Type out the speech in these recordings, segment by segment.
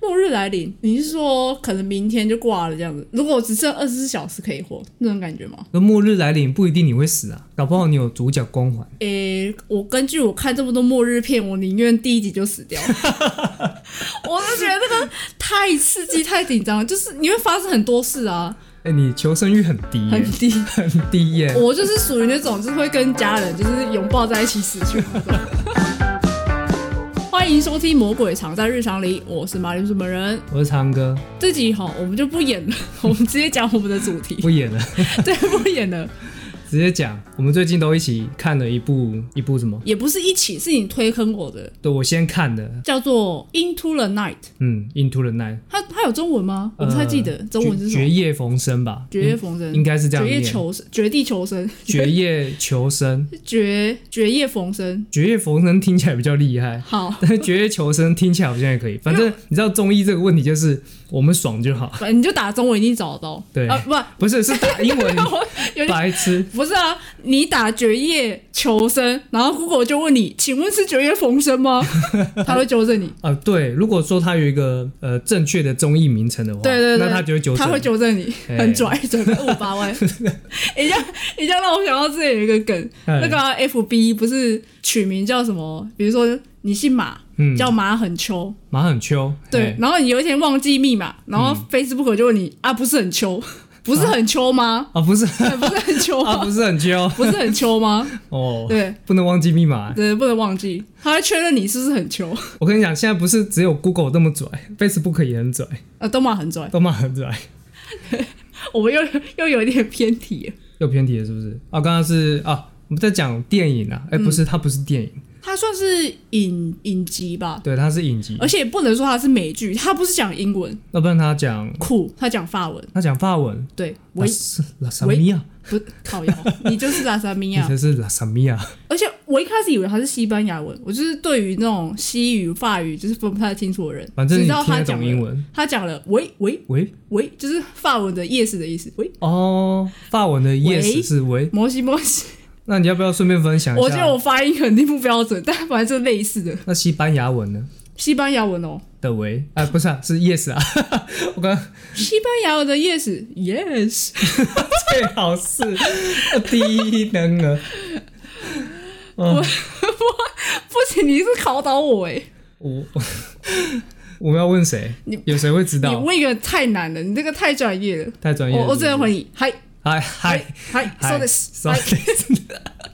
末日来临，你是说可能明天就挂了这样子？如果只剩二十四小时可以活，那种感觉吗？而末日来临不一定你会死啊，搞不好你有主角光环。诶、我根据我看这么多末日片，我宁愿第一集就死掉。 我是觉得这个太刺激、太紧张了，就是你会发生很多事啊，哎、你求生欲很低、很耶，低。很低耶、我就是属于那种就是会跟家人就是拥抱在一起死去那种。欢迎收听《魔鬼藏在日常里》，我是马铃薯本人。我是长哥，这集哈，我们就不演了，我们直接讲我们的主题。不演了，对，不演了，直接讲。我们最近都一起看了一部一部什么？也不是一起，是你推坑我的，对，我先看的，叫做《Into the Night》。嗯，《Into the Night》它它有中文吗？我不太记得、呃中文是什绝么。绝夜逢生吧？绝夜逢生，应该是这样绝夜念。求生，绝地求生，绝夜求生，绝绝夜逢生。绝夜逢生听起来比较厉害， 好，但是绝夜求生听起来好像也可以。反正你知道中医这个问题就是我们爽就好，反正你就打中文一定找得到。对啊，不，不是是打英文我有点白痴。 不是啊，你打绝夜求生，然后 Google 就问你，请问是绝夜逢生 吗？他会纠正你，啊，对，如果说它有一个呃正确的中译名称的话，对对对那它就会纠正。他会纠正你，哎很拽，转个五八 万。 你这样，你这样让我想到之前有一个梗，哎那个啊、FB 不是取名叫什么？比如说你姓马，嗯叫马很秋，马很秋，对哎，，然后你有一天忘记密码，然后 Facebook 就问你、啊，不是很秋，不是很秋吗？ 啊不是不是很 秋啊吗？不是很秋不是很秋 吗？哦，对。不能忘记密码。哎对，不能忘记，他会确认你是不是很秋。我跟你讲，现在不是只有 Google 这么拽，Facebook 也很拽，呃，东马很拽，都马很拽。我们又又有一点偏题了。又偏题了是不是？啊，刚刚是啊，我们在讲电影啊，哎、不嗯是，它不是电影，它算是影影集吧，对，它是影集而，且不能说它是美剧，它不是讲英文，要不然他讲酷，它讲法文。他讲法文，对，拉维斯拉萨米亚，不靠腰，你就是拉萨米你 亚。才是拉萨米亚，而且我一开始以为它是西班牙文，我就是对于那种西语、法语就是分不太清楚的人，反正只你知道听他得讲懂了英。文。他讲了喂喂喂，喂，就是法文的 yes 的意思。喂，哦，法文的 yes 是喂，摩西摩 西，那你要不要顺便分享一我觉下得？我发音肯定不标准，但反正就类似的那西班牙文呢？西班牙文哦，的喂，啊，不是啊，是 yes 啊， 我刚刚西班牙文的 yes yes，最好是低能儿。 不行，你是考倒我哎，我我们要问谁你？有谁会知你道？问一个太难了，你这个太专业了。太专业了我我是只能不是回你，嗨嗨嗨。嗨，so this，嗨，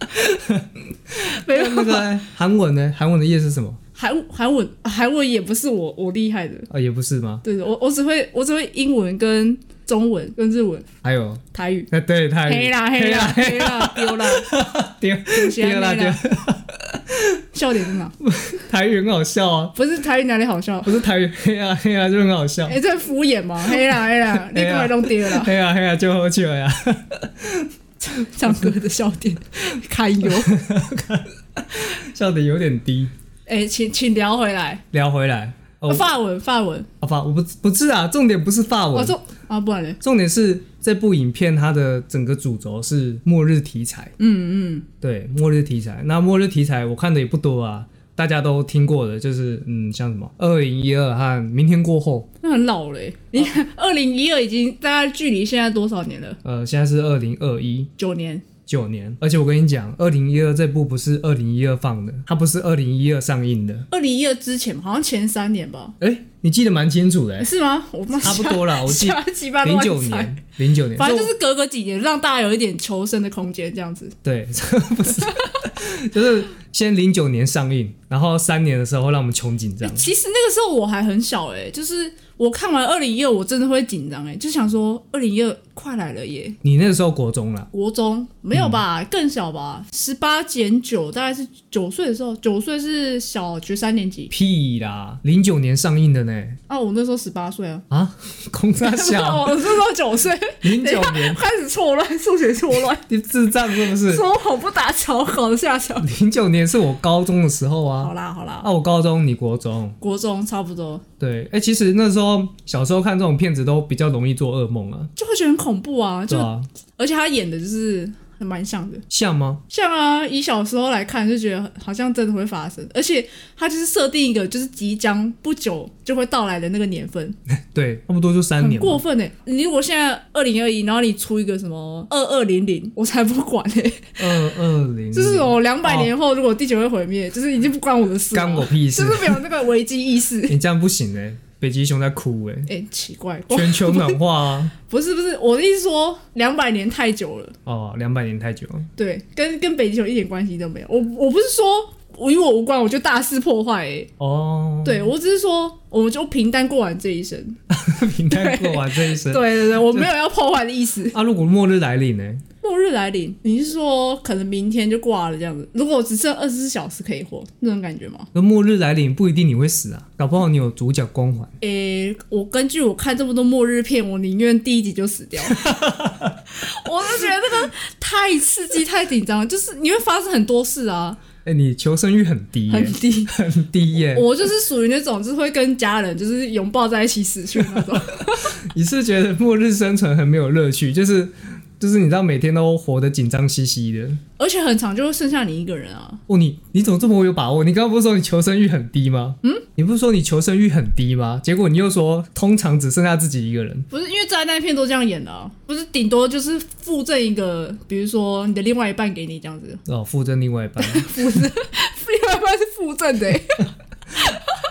没有那个韩文呢？韩文的夜是什么？韩韩文韩文也不是我我厉害的，啊，也不是吗？对的，我我只会我只会英文跟中文跟日文还有，台语，那对，泰语黑啦黑啦黑啦丢啦，丢对丢啦丢，笑点在哪？台语很好笑啊，不是台语哪里好 笑？不是台语黑啊黑啊就很好笑哎、，这敷衍嘛，黑啦 黑啦，你干嘛弄丢 了啦？黑啊黑啊就喝起来啊，唱歌的笑点，堪忧。笑的有点低。哎、请请聊回来，聊回来，哦，法文法文，好吧，我不不是啊，重点不是法我文，说啊，不然嘞，重点是这部影片它的整个主轴是末日题材。嗯嗯，对，末日题材。那末日题材我看的也不多啊，大家都听过的，就是嗯，像什么二零一二和明天过后，那很老嘞、你看，二零一二已经大概距离现在多少年了？呃，现在是二零二一九年。九年，而且我跟你讲，二零一二这部不是二零一二放的，它不是二零一二上映的。二零一二之前好像前三年吧？哎、你记得蛮清楚 的、欸，是吗？我妈差不多啦，我记瞎鸡巴零乱九猜。年，零九年，反正这就是隔个几年，让大家有一点求生的空间，这样子。对， 不是，就是先零九年上映，然后三年的时候让我们穷紧张。其实那个时候我还很小哎、就是我看完二零一二，我真的会紧张哎，就想说二零一二快来了耶。你那时候国中啦，国中没有嗯吧，更小吧，十八减九，大概是九岁的时候，九岁是小学三年级屁啦，零九年上映的呢， 啊，我那时候十八岁啊，啊，空差 小，我那时候九岁， 零等九一下 年，开始错乱，数学错乱，你智障是不是？嗯说我不打草稿的下场。零九年是我高中的时候啊，好啦好啦，啊，我高中，你国中，国中差不多对，哎、其实那时候小时候看这种片子都比较容易做噩梦啊，就会觉得很恐怖啊，对就啊，而且他演的就是蛮像的。像吗？像啊，以小时候来看，就觉得好像真的会发生，而且它就是设定一个就是即将不久就会到来的那个年份，对，差不多就三很年吧。过分哎、你如果现在二零二一，然后你出一个什么二二零零，我才不管哎、二二零，就是我两百哦年后，如果地球会毁灭，就是已经不关我的事了，干我屁事就！是没有那个危机意识。 你这样不行哎、北极熊在哭哎、哎、奇怪，我全球暖化啊！不是不是，我的意思说两百年太久了，哦，两百年太久了。对，跟跟北极熊一点关系都没有。我我不是说与我无关，我就大肆破坏、欸，哦，， 对我只是说我们就平淡过完这一生。平淡过完这一生对。对对，我没有要破坏的意思。啊，如果末日来临呢、末日来临，你是说可能明天就挂了这样子？如果只剩二十四小时可以活，那种感觉吗？那末日来临不一定你会死啊，搞不好你有主角光环。诶、欸我根据我看这么多末日片，我宁愿第一集就死 掉。我就觉得那个太刺激、太紧张了，就是你会发生很多事啊，哎、你求生欲很低、耶很低。很低耶、我就是属于那种就是会跟家人就是拥抱在一起死去那种。 你是觉得末日生存很没有乐趣，就是就是你知道每天都活得紧张兮兮的。而且很长就会剩下你一个人啊。哦，你你怎么这么有把握？你刚刚不是说你求生欲很低吗？嗯，你不是说你求生欲很低吗？结果你又说通常只剩下自己一个人。不是因为灾难片都这样演的、啊，不是顶多就是附赠一个，比如说你的另外一半给你这样子，哦，附赠另外 一半。另外一半是附赠的、欸，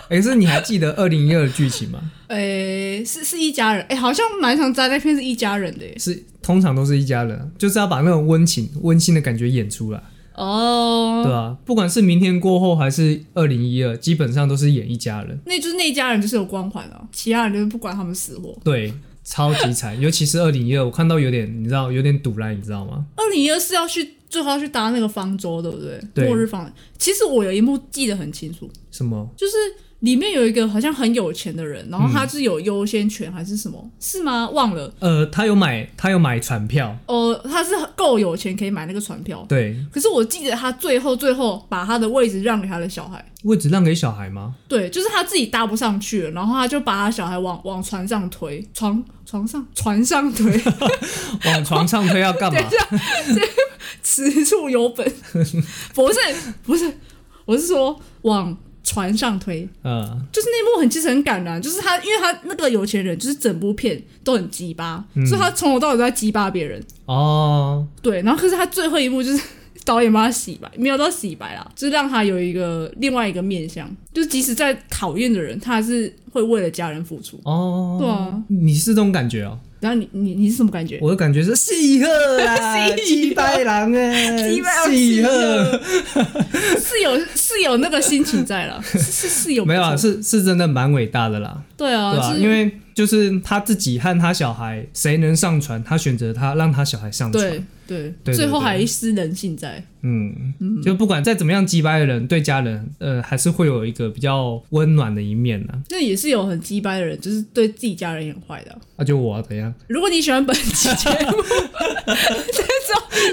哎、可是你还记得二零一二剧情吗？ 诶、是是一家人，诶、好像蛮常灾难片是一家人的、欸，是通常都是一家人啊，就是要把那种温情温馨的感觉演出来，哦、对啊，不管是明天过后还是二零一二，基本上都是演一家人。那就是那一家人就是有光环啊，其他人就是不管他们死活。对，超级惨，尤其是二零一二，我看到有点，你知道，有点堵然，你知道吗？二零一二是要去最后要去搭那个方舟，对不对？对末日方。其实我有一幕记得很清楚，什么？就是里面有一个好像很有钱的人，然后他是有优先权还是什么？是吗？忘了。呃，他有买，他有买船票，哦，他是够有钱可以买那个船票，对，可是我记得他最后最后把他的位置让给他的小孩，位置让给小孩吗？对，就是他自己搭不上去了，然后他就把他小孩往往船上推，床床上船上推， 往床上推要干嘛？此处有本， 不是不是，我是说往船上推，呃，就是那一幕很其实很感人啊，就是他，因为他那个有钱人就是整部片都很鸡巴，嗯所以他从头到尾都在鸡巴别人，哦，对，然后可是他最后一幕就是 导演帮他洗白，没有到洗白啦，就是让他有一个另外一个面向，就是即使再讨厌的人，他还是会为了家人付出。哦，对啊，你是这种感觉哦，然后你你你是什么感觉？我的感觉是喜贺啦，喜贺鸡白狼哎，鸡巴喜喜贺， 是有是有那个心情在了，是是是有没有不啊？错是是真的蛮伟大的啦，对啊，对吧、就是因为就是他自己和他小孩，谁能上船，他选择他让他小孩上船。对对对最后对还有一丝人性在。嗯，就不管再怎么样击败的人，对家人，呃，还是会有一个比较温暖的一面啊呢、那也是有很鸡掰的人，就是对自己家人也很坏的啊、那、就我啊、怎 样？如果你喜欢本期节目，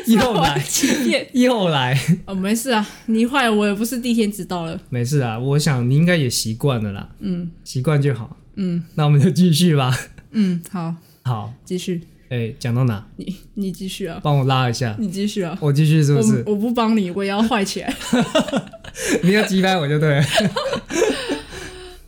又 来， 欺骗又来，哦，没事啊，你坏我也不是第一天知道了。没事啊。我想你应该也习惯了啦。嗯，习惯就好。嗯，那我们就继续吧。嗯，好，好，继续，哎、讲到哪？你你继续啊，帮我拉一下。你继续啊。我继续是不是？我我不帮你，我也要坏起来。你要击败我就对了。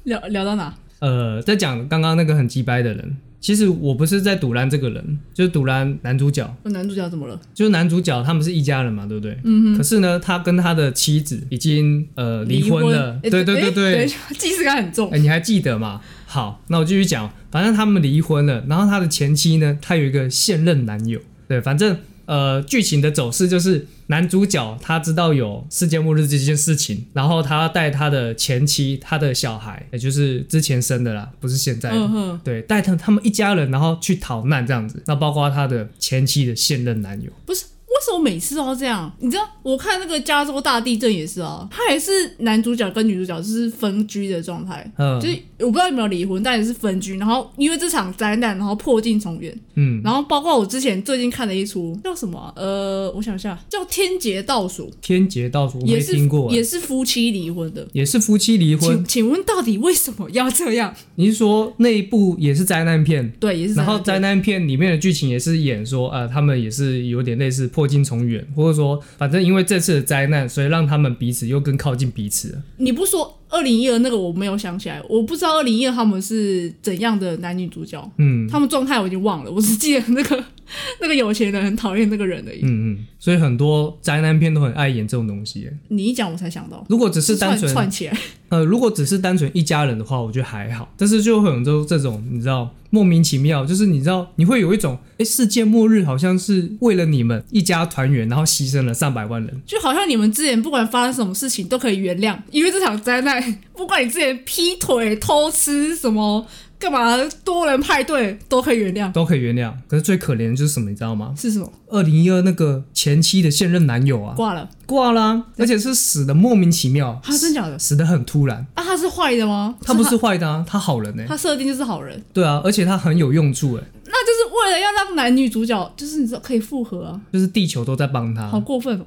聊聊到哪？呃，在讲刚刚那个很击败的人，其实我不是在堵拦这个人，就是堵拦男主角。我男主角怎么了？就是男主角他们是一家人嘛，对不对？嗯可是呢，他跟他的妻子已经呃离婚了。诶对对诶对等对一。下既视感很重哎、。你还记得吗？好，那我继续讲。反正他们离婚了，然后他的前妻呢，她有一个现任男友。对，反正呃，剧情的走势就是男主角他知道有世界末日这件事情，然后他带他的前妻、他的小孩，也就是之前生的啦，不是现在的。嗯哼，对，带他他们一家人，然后去逃难这样子。那包括他的前妻的现任男友。不是。为什么每次都要这样？你知道，我看那个加州大地震也是啊，他也是男主角跟女主角就是分居的状态，嗯，就是我不知道有没有离婚，但也是分居。然后因为这场灾难，然后破镜重圆。嗯，然后包括我之前最近看的一出叫什么啊、呃，我想一下，叫《天劫倒数天劫倒数我》，也没是听过，也也是夫妻离婚的。也是夫妻离婚请。请问到底为什么要这 样？你是说那一部也是灾难片？对，也是然后在灾难片里面的剧情也是演说，呃，他们也是有点类似破镜心从远，或者说反正因为这次的灾难，所以让他们彼此又更靠近彼此了。你不说二零一二那个，我没有想起来，我不知道二零一二他们是怎样的男女主角，嗯他们状态我已经忘了，我只记得那个 那个有钱人很讨厌那个人而已。嗯嗯，所以很多宅男片都很爱演这种东西耶。你一讲我才想到，如果只是单串纯串起来，呃，如果只是单纯一家人的话，我觉得还好。但是就会有这这种，你知道，莫名其妙，就是你知道，你会有一种，哎，世界末日好像是为了你们一家团圆，然后牺牲了上百万人。就好像你们之前不管发生什么事情都可以原谅，因为这场灾难， 不管你之前劈腿、偷吃什么、干嘛多人派对都可以原谅，都可以原谅，可是最可怜的就是什么，你知道吗？是什么？二零一二那个前妻的现任男友啊，挂了挂啦、而且是死的莫名其妙，啊？真假的？死的很突然。啊，他是坏的吗？他不是坏的啊，他好人呢、他，他设定就是好人，对啊，而且他很有用处哎、那就是为了要让男女主角，就是你知道可以复合啊，就是地球都在帮好他，过分哦！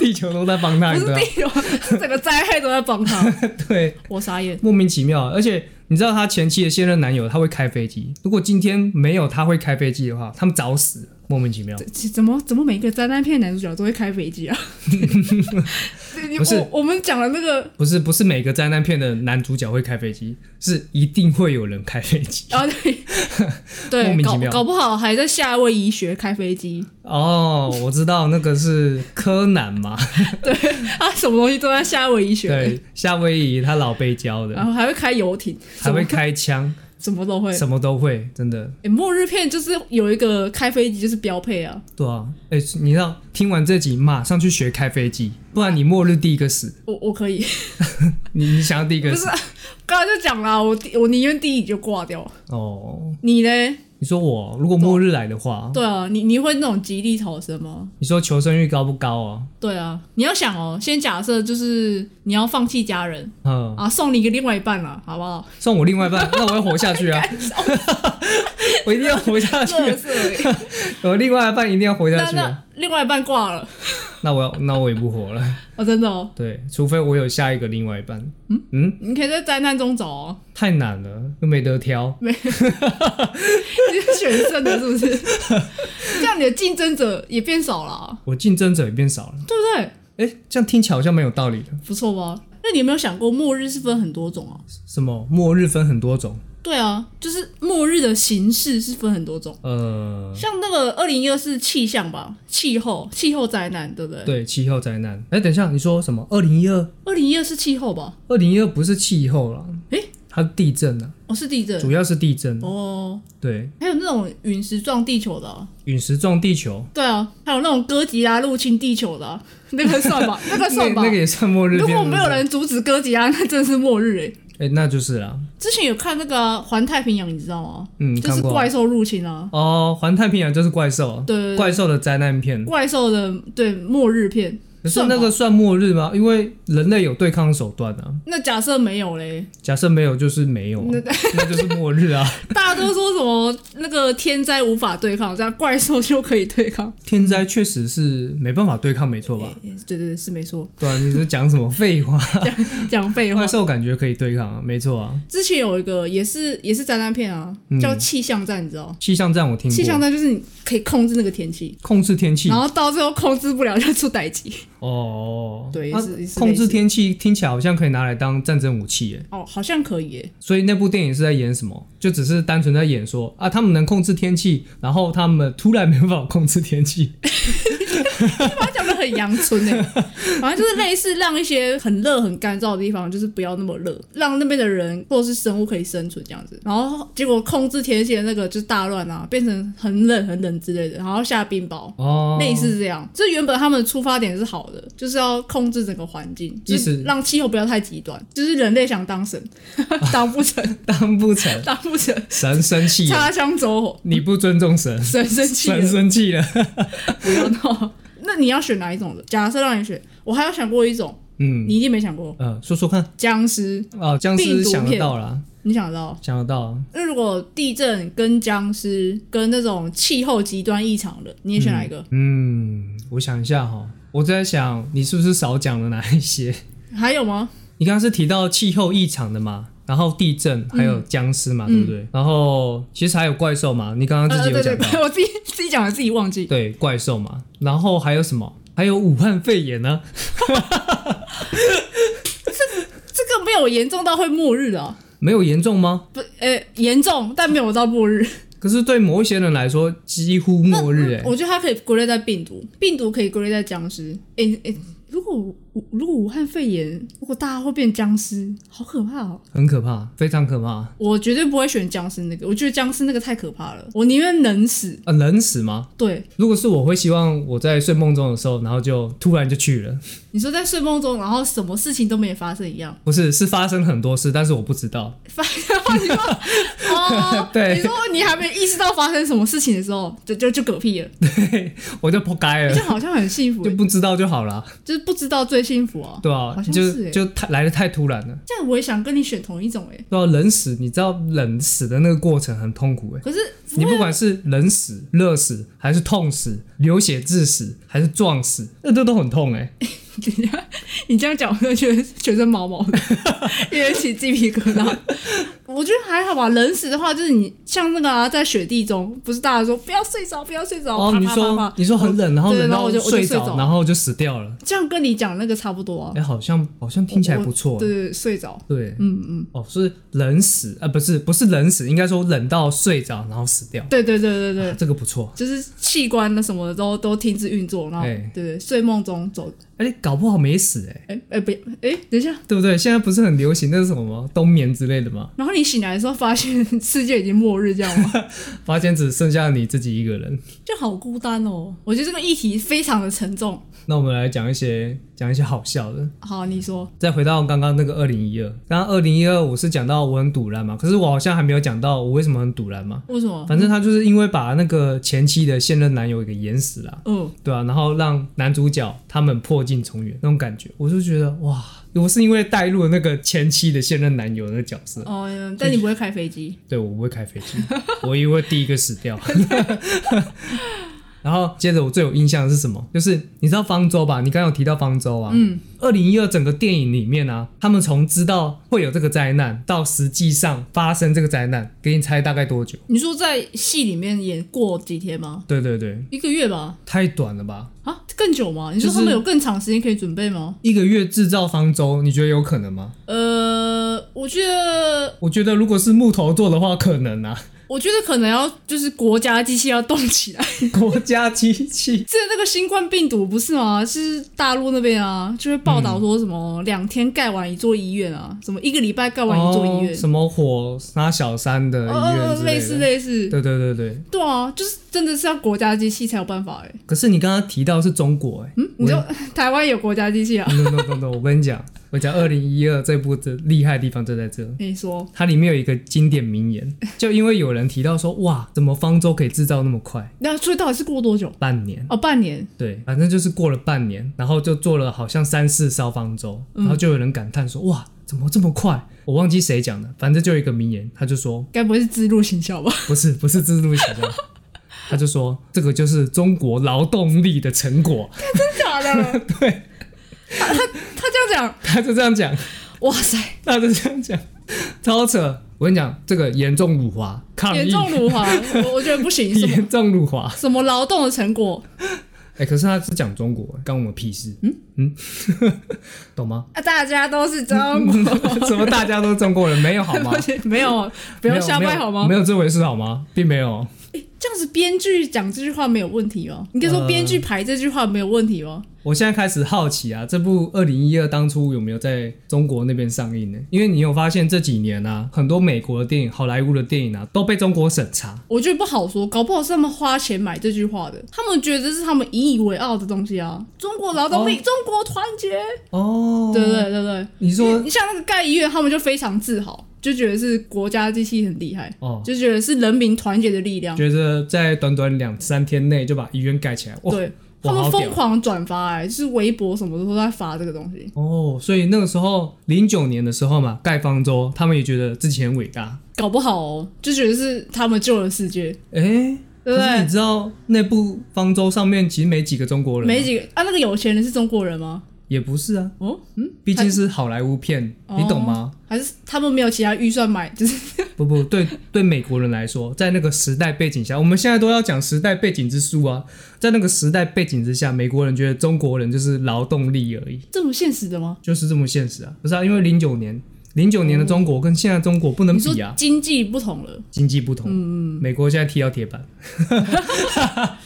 地球都在帮他，不你是知道吗？地球， 是整个灾害都在帮 他，对，我傻眼。莫名其妙。而且你知道他前妻的现任男友他会开飞机，如果今天没有他会开飞机的话，他们早死了，莫名其妙。怎怎么怎么每个灾难片男主角都会开飞机 啊？你不是我我们讲的那个，不是不是每个灾难片的男主角会开飞机，是一定会有人开飞 机。啊对 对，莫名搞其妙搞不好还在夏威夷学开飞机，哦，我知道那个是柯南嘛，啊，什么东西都在夏威夷学，对，夏威夷他老被教 然的，后还会开游艇，还会开枪，什么都会。什么都会，真的。诶末日片就是有一个开飞机就是标配啊，对啊，哎、你知道听完这集马上去学开飞机，不然你末日第一个死，我我可以， 你你想要第一个不死是啊刚才就讲啦，我第我宁愿第一就挂掉。哦。你嘞？你说我如果末日来的话，对啊，你你会那种极力逃生吗？你说求生欲高不高啊？对啊，你要想哦，先假设就是你要放弃家人嗯，啊，送你一个另外一半了，好不好？算我另外一 半，那我要活下去啊！我一定要活下 去，啊乐色而已。我另外一半一定要活下那去啊。那另外一半挂了，那我要，那我也不活了。哦，真的哦，对，除非我有下一个另外一半。嗯嗯，你可以在灾难中找哦，太难了，又没得挑。你 是选剩的是不是？ 这样你的竞争者也变少了啊，我竞争者也变少了。对不对？哎、这样听起来好像蛮有道理的。不错吧？那你有没有想过，末日是分很多种啊？什么末日分很多种？对啊，就是末日的形式是分很多种，呃，像那个二零一二是气象吧，气候气候灾难，对不对？对，气候灾难。哎、等一下，你说什么？二零一二，二零一二是气候吧？二零一二不是气候了，诶它是地震啊，哦，是地震主要是地震。哦，对，还有那种陨石撞地球的啊、陨石撞地球，对啊，还有那种哥吉拉入侵地球的啊、那个算 吧，那个那算吧那。个也算末日如片。果没有人阻止哥吉拉，那真的是末日哎、对不对，哎、那就是啦。之前有看那个啊《环太平洋》，你知道吗？嗯，就看是过怪兽入侵啊，哦，《环太平洋》就是怪兽，啊对对对怪兽的灾难片。怪兽的对末日片。可是算吧那个算末日吗？因为人类有对抗手段啊。那假设没有嘞，假设没有，就是没有、啊， 那就是末日啊。大家都说什么那个天灾无法对抗，这样怪兽就可以对 抗？天灾确实是没办法对抗，没错吧？诶对对对，是没错，对啊，你是讲什么废话？讲废话怪。兽感觉可以对抗啊，没错啊。之前有一个也是也是灾难片啊，嗯叫气象站，你知道？气象站我听过，气象站就是你可以控制那个天气，控制天气然后到最后控制不了就出歹机。哦，对啊也是也是控类制似天气听起来好像可以拿来当战争武器耶。哦，好像可以耶。所以那部电影是在演什么？就只是单纯在演说啊，他们能控制天气，然后他们突然没办法控制 天气。他讲的很阳春 哎，反正就是类似让一些很热很干燥的地方，就是不要那么热，让那边的人或者是生物可以生存这样子。然后结果控制天气的那个就是大乱啊，变成很冷很冷之类的，然后下冰雹。哦，类似这样，这原本他们的出发点是好的，就是要控制整个环境，意就思是让气候不要太极端。就是人类想 当神，当不成，当不成，当不成，神生气了，擦枪走火， 你不尊重 神，神生气了神。生 气了。不要闹。那你要选哪一种的？假设让你选，我还有想过一种，嗯你一定没想过，呃，说说看僵尸，啊，僵病尸毒想得片到啦，你想得到？想得到啊。那如果地震跟僵尸跟那种气候极端异常的，你也选哪一个？嗯，我想一下哈，我在想你是不是少讲了哪一些？ 还有吗？你刚刚是提到气候异常的嘛？然后地震，还嗯有僵尸嘛，对不对？然后其实还有怪兽嘛，你刚刚自己有呃、对讲到，对，我自己自己讲的，自己忘记。对怪兽嘛，然后还有什么？还有武汉肺炎呢、这个没有严重到会末日啊，没有严重吗？不，呃，严重，但没有到末日。可是对某一些人来说，几乎末日哎、我觉得它可以归类在病毒，病毒可以归类在僵尸。诶、诶、如果武如果武汉肺炎，如果大家会变僵尸，好可怕哦！很可怕，非常可怕。啊我绝对不会选僵尸那个，我觉得僵尸那个太可怕了，我宁愿冷死。啊，冷死吗？对，如果是我会希望我在睡梦中的时候，然后就突然就去了，你说在睡梦中，然后什么事情都没发生一样，不是是发生很多事，但是我不知道。发你说哦， 对你说你还没意识到发生什么事情的时候，就就就嗝屁了，我就扑街就了，好像很幸福欸就，不知道就好了，就是不知道最幸福啊。对吧、好像是就欸就太来的太突然了，这样我也想跟你选同一种哎、对吧、冷死，你知道冷死的那个过程很痛苦哎、可是 你不管是冷死、热死，还是痛死、流血致死，还是撞死，那这都很痛哎、你这样讲，我就觉得全身毛毛 的，有点起鸡皮疙瘩。我觉得还好吧，冷死的话，就是你像那个、啊、在雪地中，不是大家说不要睡着，不要睡着，哦，啪你啪啪说啪，你说很冷，然后对冷然后到我就我就睡睡着，着然后就死掉了。这样跟你讲那个差不多啊。哎，好像好像听起来不错。啊对对，睡着，对，嗯嗯，哦，是冷死啊，不是不是冷死，应该说冷到睡着然后死掉，对对对对对，这个不错。就是器官的什么的都都停止运作，然后、哎对对，睡梦中走，哎，搞不好没死哎、哎哎不要，哎等一下，对不对？现在不是很流行那是什么吗？冬眠之类的吗？然后你醒来的时候发现世界已经末日，这样吗？发现只剩下你自己一个人。就好孤单哦。我觉得这个议题非常的沉重。那我们来讲一些讲一些好笑的。好，你说，再回到刚刚那个二零一二，刚刚二零一二我是讲到我很堵然嘛，可是我好像还没有讲到我为什么很堵然嘛。为什么？反正他就是因为把那个前妻的现任男友给演死了啊、嗯，对啊，然后让男主角他们破镜重圆那种感觉，我就觉得哇，我是因为带入了那个前妻的现任男友那个角色，哦，嗯但你不会开飞机，对我不会开飞机， 我一定会第一个死掉。 然后接着我最有印象的是什么？就是你知道方舟吧？你刚刚有提到方舟啊，嗯，二零一二整个电影里面啊，他们从知道会有这个灾难到实际上发生这个灾难，给你猜大概多久？你说在戏里面演过几天吗？对对对，一个月吧？太短了吧？啊，更久吗？你说就是他们有更长时间可以准备吗？一个月制造方舟，你觉得有可能吗？呃，我觉得，我觉得如果是木头做的话，可能啊， 我觉得可能要就是国家机器要动起来。国家机器。这那个新冠病毒不是吗？是大陆那边啊，就会报嗯道说什么两天盖完一座医院啊，什么一个礼拜盖完一座医院哦、，什么火杀小三的医院哦之类类似的，类似，对对对对。对啊，就是真的是要国家机器才有办法哎、可是你刚刚提到是中国、欸，嗯，你就 台湾有国家机器啊？ no no no no，我跟你讲， 我讲二零一二这部的厉害的地方就在这，你说，它里面有一个经典 名言，就因为有人提到说，哇，怎么方舟可以制造那么快，那所以到底是过多久？半年。哦，半年。对，反正就是过了半年，然后就做了好像三四艘方舟，嗯然后就有人感叹说：“哇，怎么这么快？”我忘记谁讲的，反正就有一个名言，他就说该不会是自入行销吧？：“ 不是，不是自助形象。”他就说：“这个就是中国劳动力的成果。真假 的？对，他他这样”他就这样讲，讲，哇塞，他就这样讲，超扯！我跟你讲，这个严重辱华，抗严议， 重辱华，我我觉得不行，什么严重辱华。什么劳动的成果哎、可是他是讲中国，干我们屁事？嗯嗯， 懂吗？ 啊，大家都是中国怎么大家都是中国人？没有好吗？没有， 不要瞎掰好吗没有？没有这回事好吗？并没有，这样子编剧讲这句话没有问题吗？应该呃说编剧排这句话没有问题哦吗？我现在开始好奇啊，这部二零一二当初有没有在中国那边上映呢？因为你有发现这几年啊，很多美国的电影、好莱坞的电影啊，都被中国审查。我觉得不好说，搞不好是他们花钱买这句话的，他们觉得这是他们引以为傲的东西啊！中国劳动力，中国团结，哦，对对对对。你说你像那个盖医院，他们就非常自豪，就觉得是国家机器很厉害，哦，就觉得是人民团结的力量。觉得在短短两三天内就把医院盖起来，哇，对，哇他好们屌疯狂转发、哎，就是微博什么的都在发这个东西，哦，所以那个时候零九年的时候嘛，盖方舟，他们也觉得自己很伟大。搞不好哦，就觉得是他们救了世界，哎、对不可是对你？知道那部方舟上面其实没几个中国人、啊，没几个啊，那个有钱人是中国人吗？也不是啊，哦，毕竟是好莱坞片，哦你懂吗？还还是他们没有其他预算买，就是 不不，对对，美国人来说，在那个时代背景下，我们现在都要讲时代背景之书啊，在那个时代背景之下，美国人觉得中国人就是劳动力而已，这么现实的吗？就是这么现实啊。不是啊，因为零九年，零九年的中国跟现在中国不哦能你说嗯比啊，经济不同了，经济不同。美国现在踢到铁板，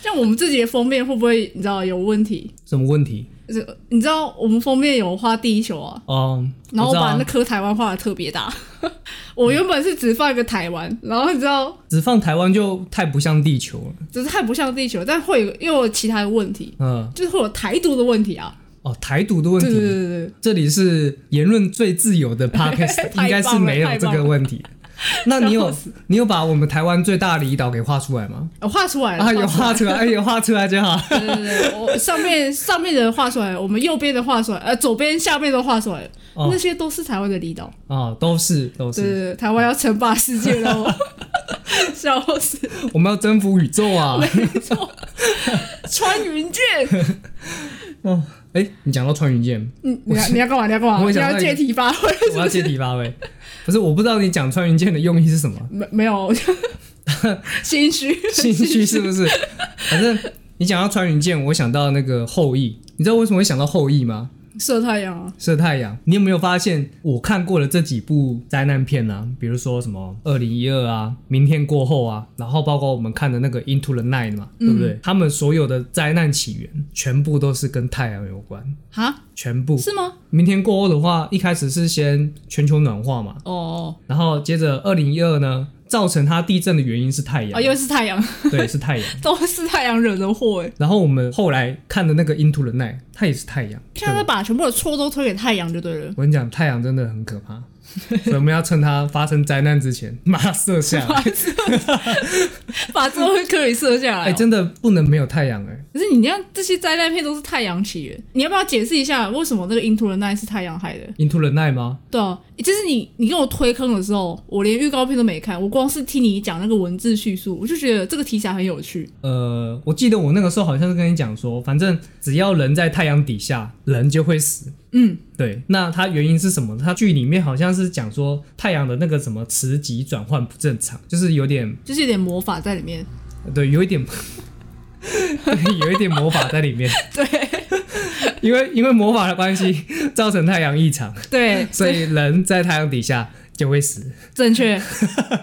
像我们自己的封面会不会你知道有问题？什么问题？就是你知道我们封面有画地球啊，哦，然后我我知道把啊那颗台湾画的特别大。 我原本是只放一个台湾，然后你知道，只放台湾就太不像地球了。只是太不像地球，但会有又有其他的问题，嗯，就是会有台独的问题啊。哦，台独的问对对对题，对对，这里是言论最自 由的 podcast，太棒了应该是没有这个问题。 那你有笑死你有把我们台湾最大的离岛给画出来 吗？我画出来了，啊，有出来画出来，哎，有画出来就 好。对对对，我 上面上面的画出来，我们右边的画出来，呃，左边下面都画出来了，哦那些都是台湾的离岛。哦，都是都对对是，对，台湾要称霸世界喽， 笑死！我们要征服宇宙啊！穿云箭， 哦，哎，你讲到穿云箭，你你要你要干嘛？你要干嘛？我你想到要一借个题发挥？ 我要借题发挥。不是，我不知道你讲穿云箭的用意是什 么，没没 有，心虚，兴趣是不是？反正你讲到穿云箭，我想到那个后羿。你知道为什么会想到后羿吗？射太阳啊，射太阳，你有没有发现我看过的这几部灾难片啊？比如说什么《二零一二》啊，《明天过后》啊，然后包括我们看的那个《Into the Night》嘛，对不对？他们所有的灾难起源全部都是跟太阳有关，哈，全部。是吗？明天过后的话，一开始是先全球暖化嘛，哦，然后接着二零一二呢，造成它地震的原因是太阳，啊，又是太阳，对，是太阳。都是太阳惹的祸哎。然后我们后来看的那个《Into the Night》，它也是太阳。现在把全部的错都推给太阳就对了，我跟你讲，太阳真的很可怕，所以我们要趁它发生灾难之前， 马上射下来。把最后一颗给射下来哦、哎、真的不能没有太阳哎、可是你看这些灾难片都是太阳起源，你要不要解释一下为什么那个《Into the Night》是太阳害的？ Into the Night 吗？对啊，就是你你跟我推坑的时候，我连预告片都没看，我光是听你讲那个文字叙述，我就觉得这个题材很有趣。呃，我记得我那个时候好像是跟你讲说，反正只要人在太阳底下，人就会死。嗯，对，那它原因是什么？它剧里面好像是讲说太阳的那个什么磁极转换不正常，就是有点就是有点魔法在里面。对，有一点， 对有一点魔法在里面。对因为因为魔法的关系，造成太阳异常，对，所以人在太阳底下就会死。正确。嗯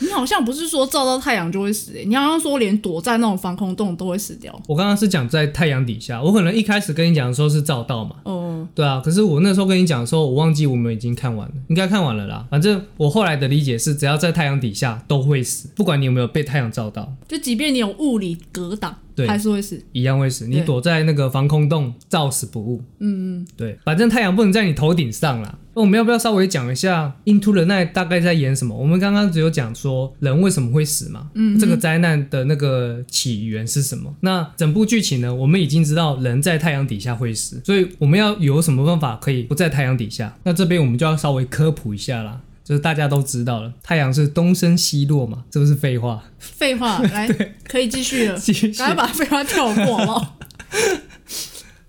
你好像不是说照到太阳就会死、欸，你好像说连躲在那种防空洞都会死掉。我刚刚是讲在太阳底下，我可能一开始跟你讲的时候是照到嘛，哦、对啊，可是我那时候跟你讲的时候，我忘记我们已经看完了，应该看完了啦。反正我后来的理解是，只要在太阳底下都会死，不管你有没有被太阳照到，就即便你有物理隔挡，对还是会死。一样会死。你对躲在那个防空洞，照死不误。嗯嗯，对，反正太阳不能在你头顶上啦。那我们要不要稍微讲一下《Into the Night》大概在演什么？我们刚刚只有讲说人为什么会死嘛，嗯，这个灾难的那个起源是什么？那整部剧情呢，我们已经知道人在太阳底下会死，所以我们要有什么办法可以不在太阳底下？那这边我们就要稍微科普一下啦。就是大家都知道了，太阳是东升西落嘛，这不是废 话。废话， 来，可以继续了，继续赶快把废话跳过了。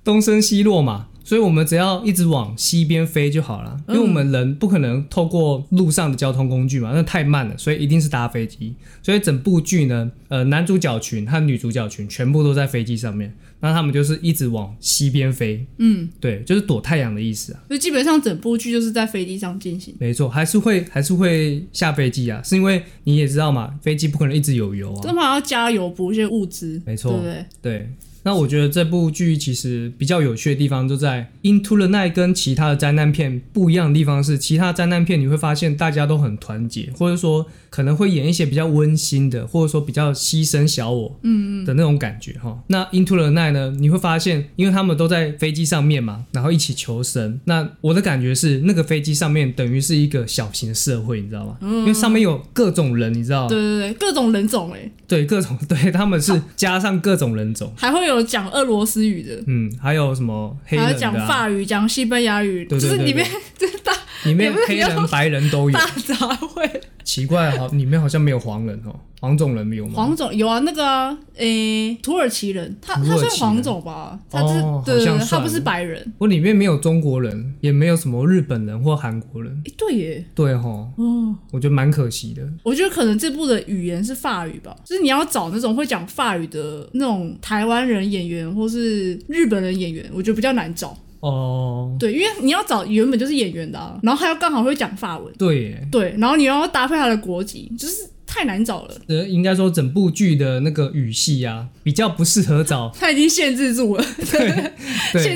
东升西落嘛，所以我们只要一直往西边飞就好了，因为我们人不可能透过路上的交通工具嘛，那太慢了，所以一定是搭飞机。所以整部剧呢，呃，男主角群和女主角群全部都在飞机上面，那他们就是一直往西边飞，嗯，对，就是躲太阳的意思啊，就基本上整部剧就是在飞机上进行，没错，还是会还是会下飞机啊，是因为你也知道嘛，飞机不可能一直有油啊，他们还要加油补一些物资，没错对不对？对，那我觉得这部剧其实比较有趣的地方就在《Into the Night》跟其他的灾难片不一样的地方是，其他灾难片你会发现大家都很团结，或者说可能会演一些比较温馨的，或者说比较牺牲小我，嗯的那种感觉哈。那《Into the Night》呢，你会发现，因为他们都在飞机上面嘛，然后一起求生。那我的感觉是，那个飞机上面等于是一个小型的社会，你知道吗？因为上面有各种人，你知道吗？对对对，各种人种哎、对，各种对，他们是加上各种人种。还会有讲俄罗斯语的，嗯，还有什么黑人还的、有讲啊？法语、讲西班牙语，对对对就是里面就是大里面黑人、白人都有大。杂烩。奇怪，好，里面好像没有黄人哦，黄种人没有吗？黄种有啊，那个啊，诶、土耳其人，他土耳他其人算黄种吧？他是、哦对对好像对，算他不是白人。我里面没有中国人，也没有什么日本人或韩国人。诶，对耶，对哈，哦，我觉得蛮可惜的。我觉得可能这部的语言是法语吧，就是你要找那种会讲法语的那种台湾人演员或是日本人演员，我觉得比较难找。哦，对，因为你要找原本就是演员的、啊，然后他又刚好会讲法文，对耶，对，然后你又要搭配他的国籍，就是太难找了。呃，应该说整部剧的那个语系啊，比较不适合找。他已经限制住了，限 对，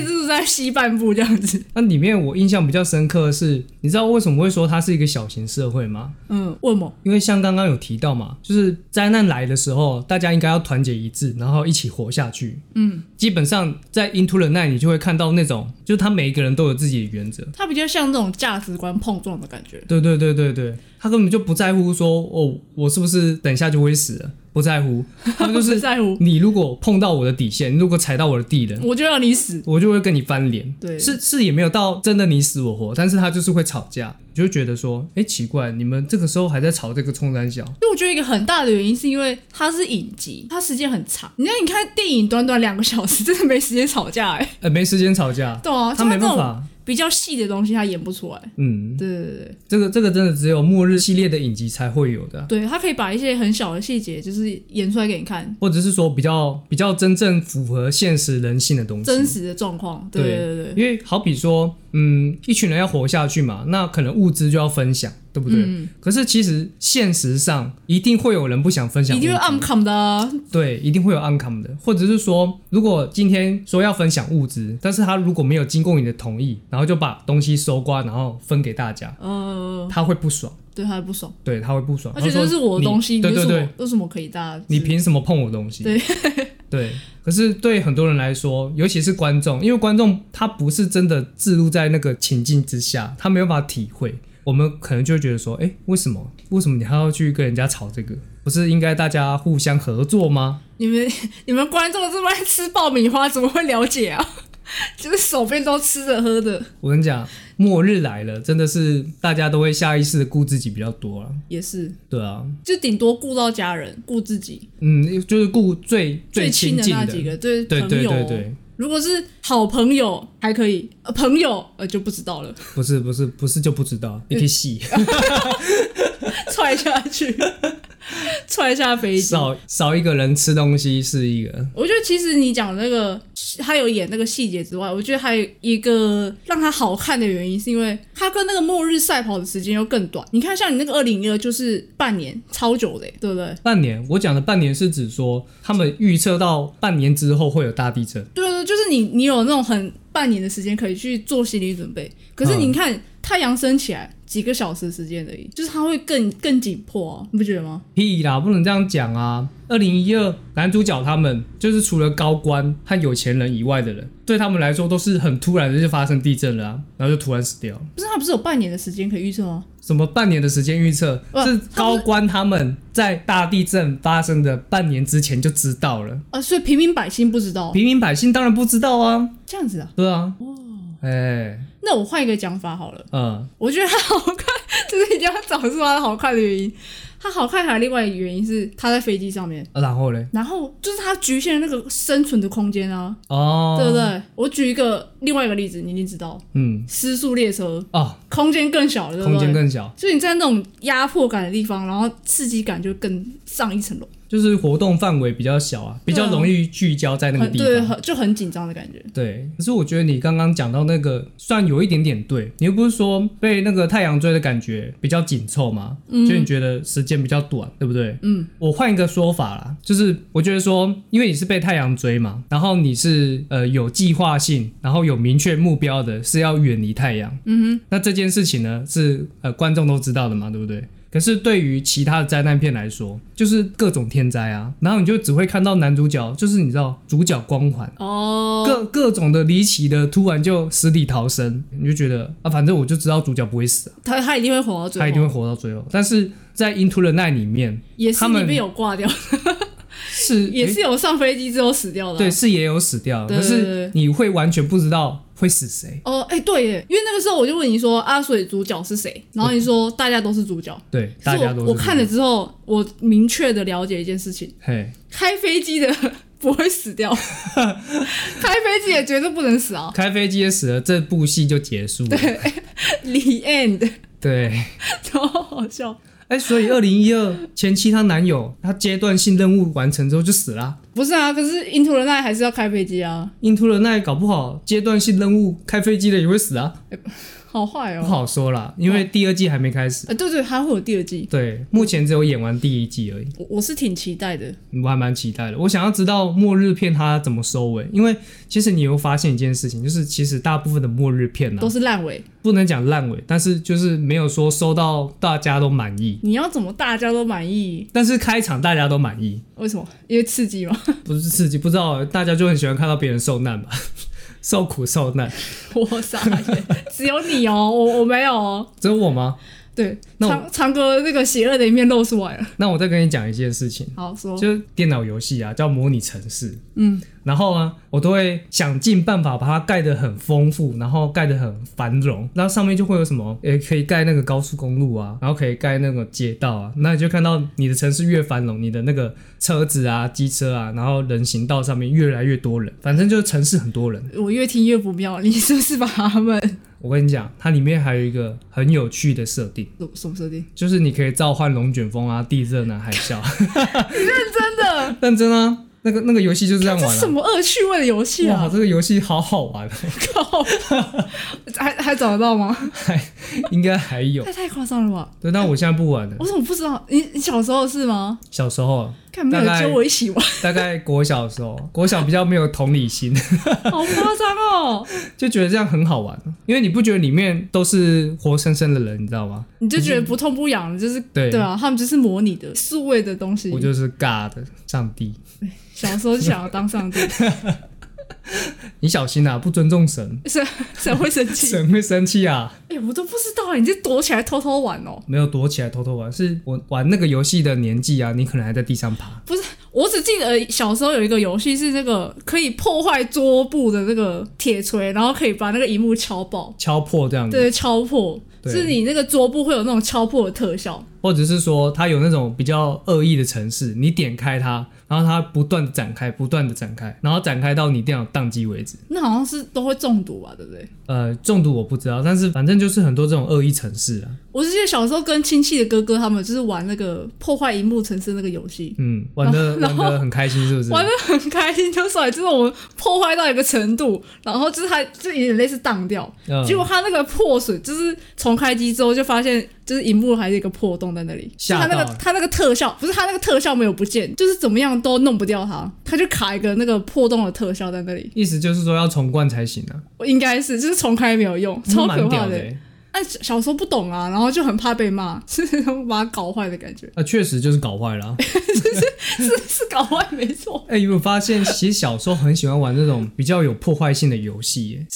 制住在西半部这样子。那里面我印象比较深刻的是，你知道为什么会说它是一个小型社会吗？嗯，问某因为像刚刚有提到嘛，就是灾难来的时候，大家应该要团结一致，然后一起活下去。嗯，基本上在 Into the Night 你就会看到那种，就是他每一个人都有自己的原则。他比较像这种价值观碰撞的感觉。对对对对对，他根本就不在乎说哦，我是不是等一下就会死了，不在乎，他 们就不是在乎，你如果碰到我的底线，你如果踩到我的地雷，我就让你死。我就会跟你翻脸。对是是也没有到真的你死我活，但是他就是会吵架，你就会觉得说，哎，奇怪，你们这个时候还在吵这个冲山小，因为我觉得一个很大的原因是因为它是影集，它时间很长。你看，你看电影短短两个小时，真的没时间吵架哎、呃，没时间吵架，对啊，他没办像这种法。比较细的东西，他演不出来。嗯，对对对对这个这个真的只有末日系列的影集才会有的啊，对，他可以把一些很小的细节，就是演出来给你看，或者是说比较比较真正符合现实人性的东西。真实的状况。对对对对对，因为好比说，嗯，一群人要活下去嘛，那可能物资就要分享，对不对？嗯可是其实现实上一定会有人不想分享物一资，定会 u n c o m 的啊、对，一定会有 uncom 的，或者是说，如果今天说要分享物资，但是他如果没有经过你的同意，然后就把东西收刮，然后分给大家，呃，他会不爽，对他不爽，对他会不爽，他觉得他哦说这是我的你东西，对为对什对么，为什么可以大家你凭什么碰我东西？对 对。可是对很多人来说，尤其是观众，因为观众他不是真的置入在那个情境之下，他没有办法体会。我们可能就会觉得说，哎、为什么？为什么你还要去跟人家吵这个？不是应该大家互相合作吗？你们 你们观众这么爱吃爆米花，怎么会了解啊？ 就是手边都吃着喝的，我跟你讲，末日来了，真的是大家都会下意识的顾自己比较多了。也是，对啊，就顶多顾到家人、顾自己嗯，就是顾最最亲亲的近那几个，对对朋对友。哦对对，如果是好朋友还可以，呃、朋友呃就不知道了， 不是不是不是就不知道，你可以细踹下去， 踹下飞机。少少一个人吃东西是一个，我觉得其实你讲的那个，他有演那个细节之外，我觉得还有一个让他好看的原因，是因为他跟那个末日赛跑的时间又更短。你看，像你那个二零一二就是半年，超久的欸，对不对？半年，我讲的半年是指说他们预测到半年之后会有大地震。对对，就是你你有那种很半年的时间可以去做心理准备，可是你看、太阳升起来几个小时的时间而已，就是它会更更紧迫、啊，你不觉得吗？屁啦，不能这样讲啊！二零一二男主角他们就是除了高官和有钱人以外的人，对他们来说都是很突然的就发生地震了啊，然后就突然死掉了。不是，它不是有半年的时间可以预测吗？什么半年的时间预测哇是高官他们在大地震发生的半年之前就知道了，啊，所以平民百姓不知道啊平民百姓当然不知道啊，这样子啊。对啊，哎、那我换一个讲法好了，嗯，我觉得它好看，就是一定要找出它的好看的原因。它好看还有另外一个原因是它在飞机上面，啊然后嘞，然后就是它局限了那个生存的空间啊，哦，对不对？我举一个另外一个例子，你一定知道，嗯，失速列车哦，空间更小了，对不对？空间更小，所以你在那种压迫感的地方，然后刺激感就更上一层楼，就是活动范围比较小啊，比较对啊容易聚焦在那个很地对，方。很就很紧张的感觉。对，可是我觉得你刚刚讲到那个，算有一点点对，你又不是说被那个太阳追的感觉比较紧凑嘛，就你觉得时间比较短，对不对？嗯，我换一个说法啦，就是我觉得说，因为你是被太阳追嘛，然后你是呃有计划性，然后有明确目标的，是要远离太阳。嗯哼，那这件事情呢，是呃观众都知道的嘛，对不对？可是对于其他的灾难片来说，就是各种天灾啊，然后你就只会看到男主角，就是你知道主角光环。哦，各各种的离奇的，突然就死里逃生，你就觉得啊，反正我就知道主角不会死啊，他他一定会活到最后，他一定会活到最后。但是在《Into the Night》里面，也是他们里面有挂掉，是也诶是有上飞机之后死掉的啊、对，是也有死掉，对可对是对你会完全不知道会死谁。哦，哎、对耶，因为那个时候我就问你说啊，所以主角是谁？然后你说大家都是主角。对，可嗯大是家我都是我看了之后，我明确的了解一件事情：嘿，开飞机的 不会死掉， 开飞机也绝对不能死啊！开飞机也死了，这部戏就结束了。李 end 对，超好笑，哎，所以二零一二前妻她男友他阶段性任务完成之后就死啦。不是啊？可是 Into the Night 还是要开飞机啊， Into the Night 搞不好阶段性任务开飞机的也会死啊，好坏不哦。好说啦，因为第二季还没开始。啊，对对，还会有第二季，对，目前只有演完第一季而已。我我是挺期待的。我还蛮期待的。我想要知道末日片它怎么收尾，因为其实你有发现一件事情，就是其实大部分的末日片呢、都是烂尾，不能讲烂尾，但是就是没有说收到大家都满意。你要怎么大家都满意？但是开场大家都满意，为什么？因为刺激嘛。不是刺激，不知道大家就很喜欢看到别人受难吧， 受苦受难， 我傻眼，只有你哦，我我没有哦。只有我吗？对，那我长长哥那个邪恶的一面露出来了。那我再跟你讲一件事情，好说，就是电脑游戏啊，叫模拟城市，嗯，然后啊，我都会想尽办法把它盖得很丰富，然后盖得很繁荣。那上面就会有什么，也可以盖那个高速公路啊，然后可以盖那个街道啊。那你就看到你的城市越繁荣，你的那个车子啊、机车啊，然后人行道上面越来越多人，反正就是城市很多人。我越听越不妙，你是不是把他们我跟你讲，它里面还有一个很有趣的设定，什什么设定？就是你可以召唤龙卷风啊、地震啊、海啸。真的，认真啊，那个那个游戏就是这样这玩什啊。么恶趣味的游戏哇，啊！这个游戏好好玩，啊靠， 还还找得到吗？应该还 有。太太夸张了吧！对，但我现在不玩了。我怎么不知道？你你小时候是吗？小时候，看没有大概揪我一起 玩，大概国小的时候， 国小比较没有同理心， 好夸张哦！就觉得这样很好玩，因为你不觉得里面都是活生生的人，你知道吗？你就觉得不痛不痒，就是对对啊，他们就是模拟的数位的东西我。就是尬的上帝，小时候就想要当上 帝，你小心啊，不尊 重神，神神会生气。神会生气啊！哎、我都不知道，你是躲起来偷偷玩哦。没有躲起来偷偷玩，是我玩那个游戏的年纪啊，你可能还在地上爬。我只记得小时候有一个游戏是那个可以破坏桌布的那个铁锤，然后可以把那个荧幕敲爆，敲破这样子，对，敲破，嗯对是你那个桌布会有那种敲破的特效。或者是说它有那种比较恶意的城市，你点开它，然后它不断的展开，不断的展开，然后展开到你电脑宕机为止。那好像是都会中毒吧，对不对？呃，中毒我不知道，但是反正就是很多这种恶意城市啊，我是记得小时候跟亲戚的哥哥他们就是玩那个破坏荧幕城市那个游戏，嗯，玩 的玩的很开心，是不是？玩的很开心，就算就是我们破坏到一个程度，然后就是它就有点类似荡掉，嗯结果它那个破损，就是重开机之后就发现，就是荧幕还有一个破洞在那里。就吓到它那个了它那个特效，不是它那个特效没有不见，就是怎么样都弄不掉它，它就卡一个那个破洞的特效在那里。意思就是说要重灌才行啊，我应该是就是重开没有用，超可蛮怕屌的。欸但小小时候不懂啊，然后就很怕被骂，是 把它搞坏的感觉，啊，确实就是搞坏 了啊。是是搞坏没错。哎、有没有发现，其实小时候很喜欢玩这种比较有破坏性的游戏耶？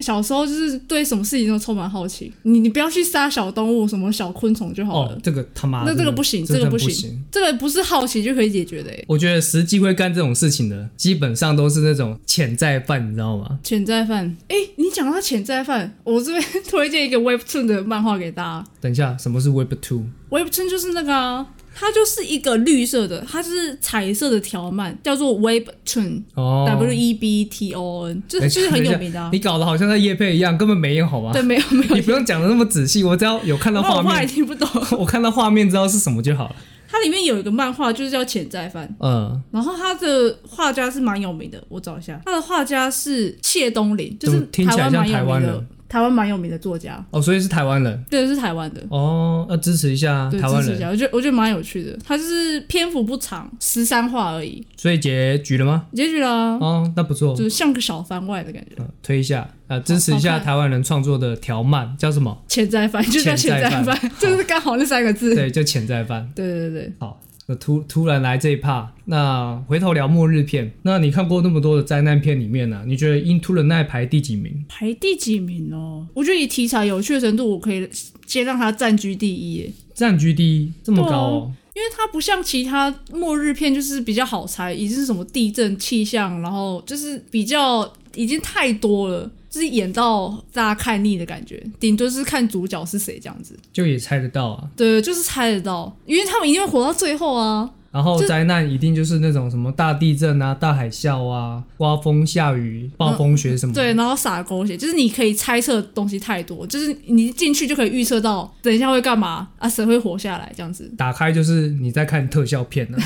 小时候就是对什么事情都充满好奇，你你不要去杀小动物、什么小昆虫就好了。哦，这个他妈的，那这个不行，这真个的不不行，这个不是好奇就可以解决的、欸。我觉得实际会干这种事情的，基本上都是那种潜在犯，你知道吗？潜在犯，哎、你讲到潜在犯，我这边推荐一个 Webtoon 的漫画给大家。等一下，什么是 Web Two？ Webtoon 就是那个、啊，它就是一个绿色的，它是彩色的条漫，叫做 Webtoon，W、哦哎 E B T O N，就等是一下就是很有名的、啊你。搞得好像在夜配一样，根本没有好吗？对， 没有没有，你不用讲的那么仔细，我只要有看到我画我怕你面，听不懂。 我看到画面知道是什么就好了。它里面有一个漫画，就是叫《潜在犯》，嗯，然后他的画家是蛮有名的，我找一下，他的画家是谢东林，就是怎么听起台来湾像蛮有台湾名的人，台湾蛮有名的作家，哦，所以是台湾人对，是台湾的。哦，要支持一下对，台湾支持一人。下，我觉得我觉得蛮有趣的。它就是篇幅不长，十三话而已，所以结局了吗？结局啦，哦，那不错嗯就，是像个小番外的感觉。嗯推一下啊，支持一好下好看台湾人创作的条漫，叫什么？ 潜在番就叫潜潜在哦在番， 就是刚好那三个字。对对，叫潜在番。 对对对，好，那突突然来这一趴，那回头聊末日片。那你看过那么多的灾难片里面呢、啊你觉得《Into the Night》排第几名？排第几名哦？我觉得以题材有趣的程度，我可以先让它占据第一耶。占据第一，这么高哦？因为它不像其他末日片，就是比较好猜，已经是什么地震、气象，然后就是比较已经太多了，就是演到大家看腻的感觉，顶多是看主角是谁这样子。就也猜得到啊。对，就是猜得到，因为他们一定会活到最后啊。然后就灾难一定就是那种什么大地震啊、大海啸啊、刮风下雨、暴风雪什么的。对，然后撒狗血，就是你可以猜测的东西太多，就是你进去就可以预测到等一下会干嘛啊，谁会活下来这样子。打开就是你在看特效片 了、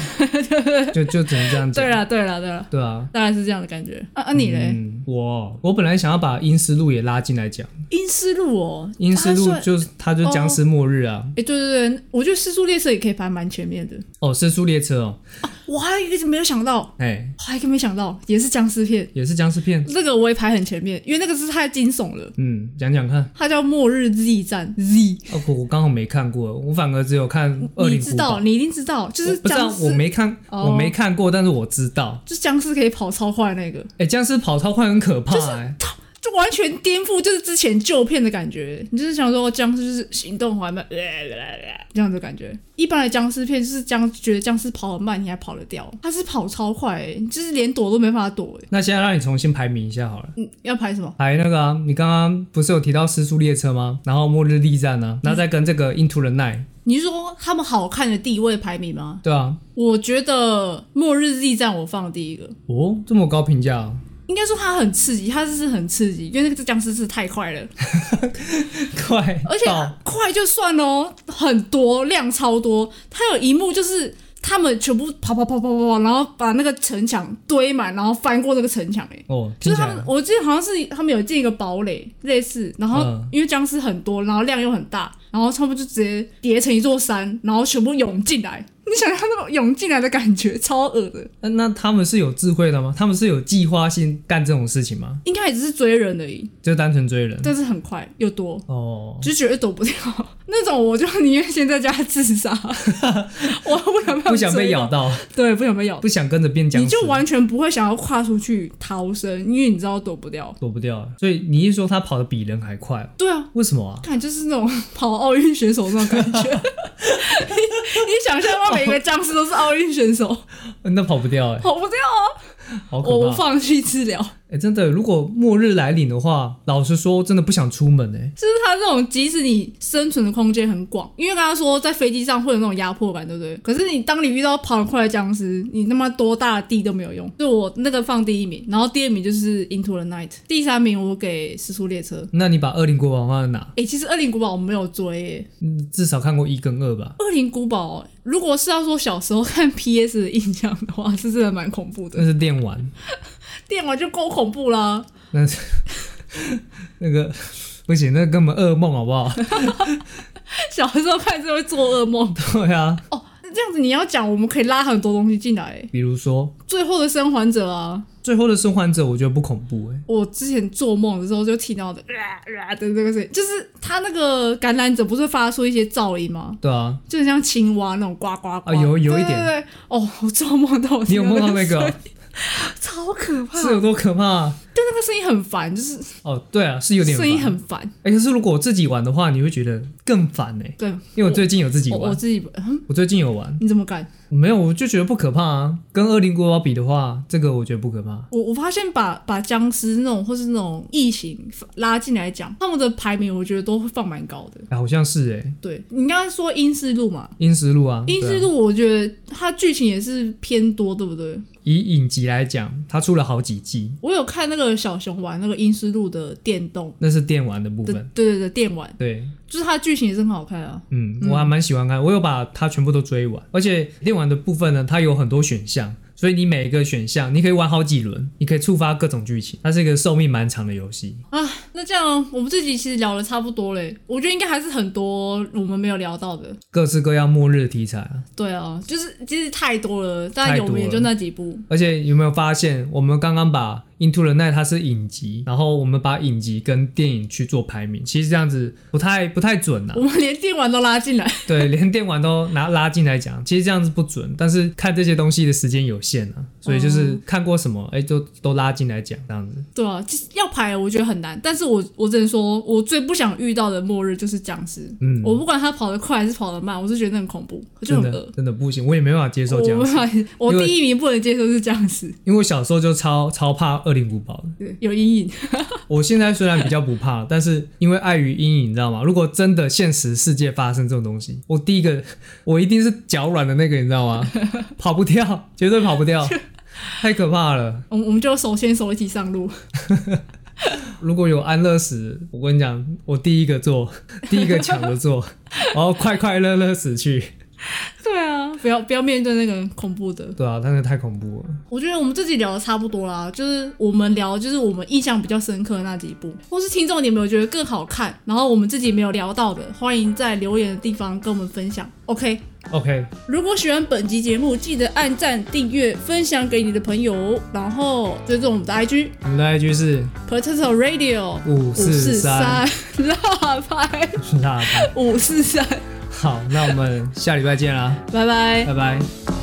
就就只能这样讲。对了，对了，对了，对啊，大概是这样的感觉。啊啊，你嘞？嗯，我我本来想要把《阴尸路》也拉进来讲，《阴尸路哦，阴尸它路算》就是它就是僵尸末日啊，哎，对对对，我觉得《失速列车》也可以排蛮前面的。哦，失速列车哦，我还有一个没有想到，哎、我还有一个没想到，也是僵尸片，也是僵尸片，那个我也排很前面，因为那个是太惊悚了。嗯，讲讲看。它叫《末日 Z 战 Z 哦，我我刚好没看过，我反而只有看《恶》，你灵知古道，堡》。你一定知道，就我是不知道僵，尸，我没看，哦我没看过，但是我知道。就是僵尸可以跑超快那个。哎、僵尸跑超快很可怕、哎、就完全颠覆，就是之前旧片的感觉。你就是想说哦僵尸就是行动缓慢，呃呃呃这样的感觉。一般的僵尸片就是僵，觉得僵尸跑很慢，你还跑得掉，他是跑超快、欸，你就是连躲都没办法躲、欸。那现在让你重新排名一下好了。嗯，要拍什么？排那个啊，你刚刚不是有提到《失速列车》吗？然后《末日力战》嗯啊，然后再跟这个《Into the Night》，你是说他们好看的地位排名吗？对啊，我觉得《末日 Z 战》我放第一个，哦，这么高评价、 哦，应该说它很刺激，它是很刺激，因为那个僵尸是太快了，快而且到快就算了哦，很多量超多。它有一幕就是他们全部跑跑跑跑跑，然后把那个城墙堆满，然后翻过那个城墙、欸，哦，就是听起他来们，我记得好像是他们有建一个堡垒类似，然后嗯因为僵尸很多，然后量又很大，然后他们就直接叠成一座山，然后全部涌进来。你想象那种涌进来的感觉，超恶的。那那他们是有智慧的吗？他们是有计划性干这种事情吗？应该也只是追人而已，就单纯追人？但是很快又多，哦，就觉得躲不掉那种，我就宁愿先在家自 杀，我不想被不想被追到咬，到，对，不想被咬，不想跟着变僵尸，你就完全不会想要跨出去逃生，因为你知道躲不掉。躲不掉。所以你一说他跑得比人还快哦，对啊。为 什么啊？看，就是那种跑奥运选手那种感 觉。你你想象到每个僵尸都是奥运选手，那跑不掉哎、跑不掉啊！好可我怕！放弃治疗，哎、真的，如果末日来临的话，老实说，真的不想出门哎、就是它这种，即使你生存的空间很广，因为刚刚说在飞机上会有那种压迫感，对不对？可是你当你遇到跑很快的僵尸，你他妈多大的地都没有用。就我那个放第一名，然后第二名就是《Into the Night》，第三名我给《时速列车》。那你把《恶灵国王》放在哪？诶，其实《恶灵古堡》我没有追、诶你嗯至少看过一跟二吧？ 《恶灵古堡》如果是要说小时候看 PS 的印象的话，是真的蛮恐怖的那。是电玩，电玩就够恐怖啦，那是 那个不行，那根本噩梦好不好？ 小时候看是会做噩梦。对啊，哦，那这样子你要讲，我们可以拉很多东西进来、诶比如说最后的生还者啊，最后的生还者，我觉得不恐怖哎、我之前做梦的时候就听到的，啊啊的这个声音，就是他那个感染者不是发出一些噪音吗？对啊，就很像青蛙那种呱呱呱，啊有有一点对对对，哦，我做梦到我你有梦到听那声 个音，超可怕，是有多可怕、就那个声音很烦，就是哦，对啊，是有点声音烦很烦，哎、可是如果我自己玩的话，你会觉得更烦哎、对，因为我最近有自己我玩，我我自己，嗯，最近有玩，你怎么敢？没有，我就觉得不可怕啊。跟《恶灵古堡》比的话，这个我觉得不可怕。我我发现把把僵尸那种或是那种异形拉进来讲，他们的排名我觉得都会放蛮高的。哎、好像是哎、对你刚刚说阴尸路嘛，阴石路啊，阴对尸啊路我觉得它剧情也是偏多，对不对？以影集来讲，它出了好几季，我有看那个小熊玩那个阴尸路的电动那是电玩的部的，分。对对对，电玩，对，就是它的剧情也是很好看啊。嗯，我还蛮喜欢看，我有把它全部都追完，而且电玩的部分呢，它有很多选项，所以你每一个选项你可以玩好几轮，你可以触发各种剧情，它是一个寿命蛮长的游戏。啊，那这样我们这集其实聊的差不多嘞，我觉得应该还是很多我们没有聊到的。各式各样末日题材啊！对啊，就是其实太多了，但太有多名也了就那几部。而且有没有发现，我们刚刚把《Into the Night》它是影集，然后我们把影集跟电影去做排名，其实这样子不太不太准啊呐、我们连电玩都拉进来，对，连电玩都拿拉进来讲，其实这样子不准。但是看这些东西的时间有限啊，所以就是看过什么，哎、都都拉进来讲这样子。对啊，其实要排我觉得很难，但是我我只能说，我最不想遇到的末日就是僵尸。嗯，我不管他跑得快还是跑得慢，我是觉得那很恐怖，我就真很的恶。哦真的不行，我也没办法接受这我样无子，法，我因为第一名不能接受是僵尸，因为我小时候就超超怕恶灵古堡的。对，有阴影。我现在虽然比较不怕，但是因为碍于阴影，你知道吗？如果真的现实世界发生这种东西，我第一个我一定是脚软的那个，你知道吗？跑不掉，绝对跑不掉，太可怕了。我我们就手牵手一起上路，如果有安乐死，我跟你讲，我第一个做， 第一个抢着做，然后快快乐乐死去。 对啊， 不要不要面对那个恐怖的。对啊，但是太恐怖了。我觉得我们这集聊的差不多啦，就是我们聊就是我们印象比较深刻的那几部，或是听众你们有觉得更好看，然后我们自己没有聊到的，欢迎在留言的地方跟我们分享。OK， OK，如果喜欢本集节目，记得按赞、订阅、分享给你的朋友哦，然后追踪我们的 IG 我们的 IG 是 Potato Radio 五四三， 辣拍 大家看五四三，好，那我们下礼拜见啦，拜拜拜。拜。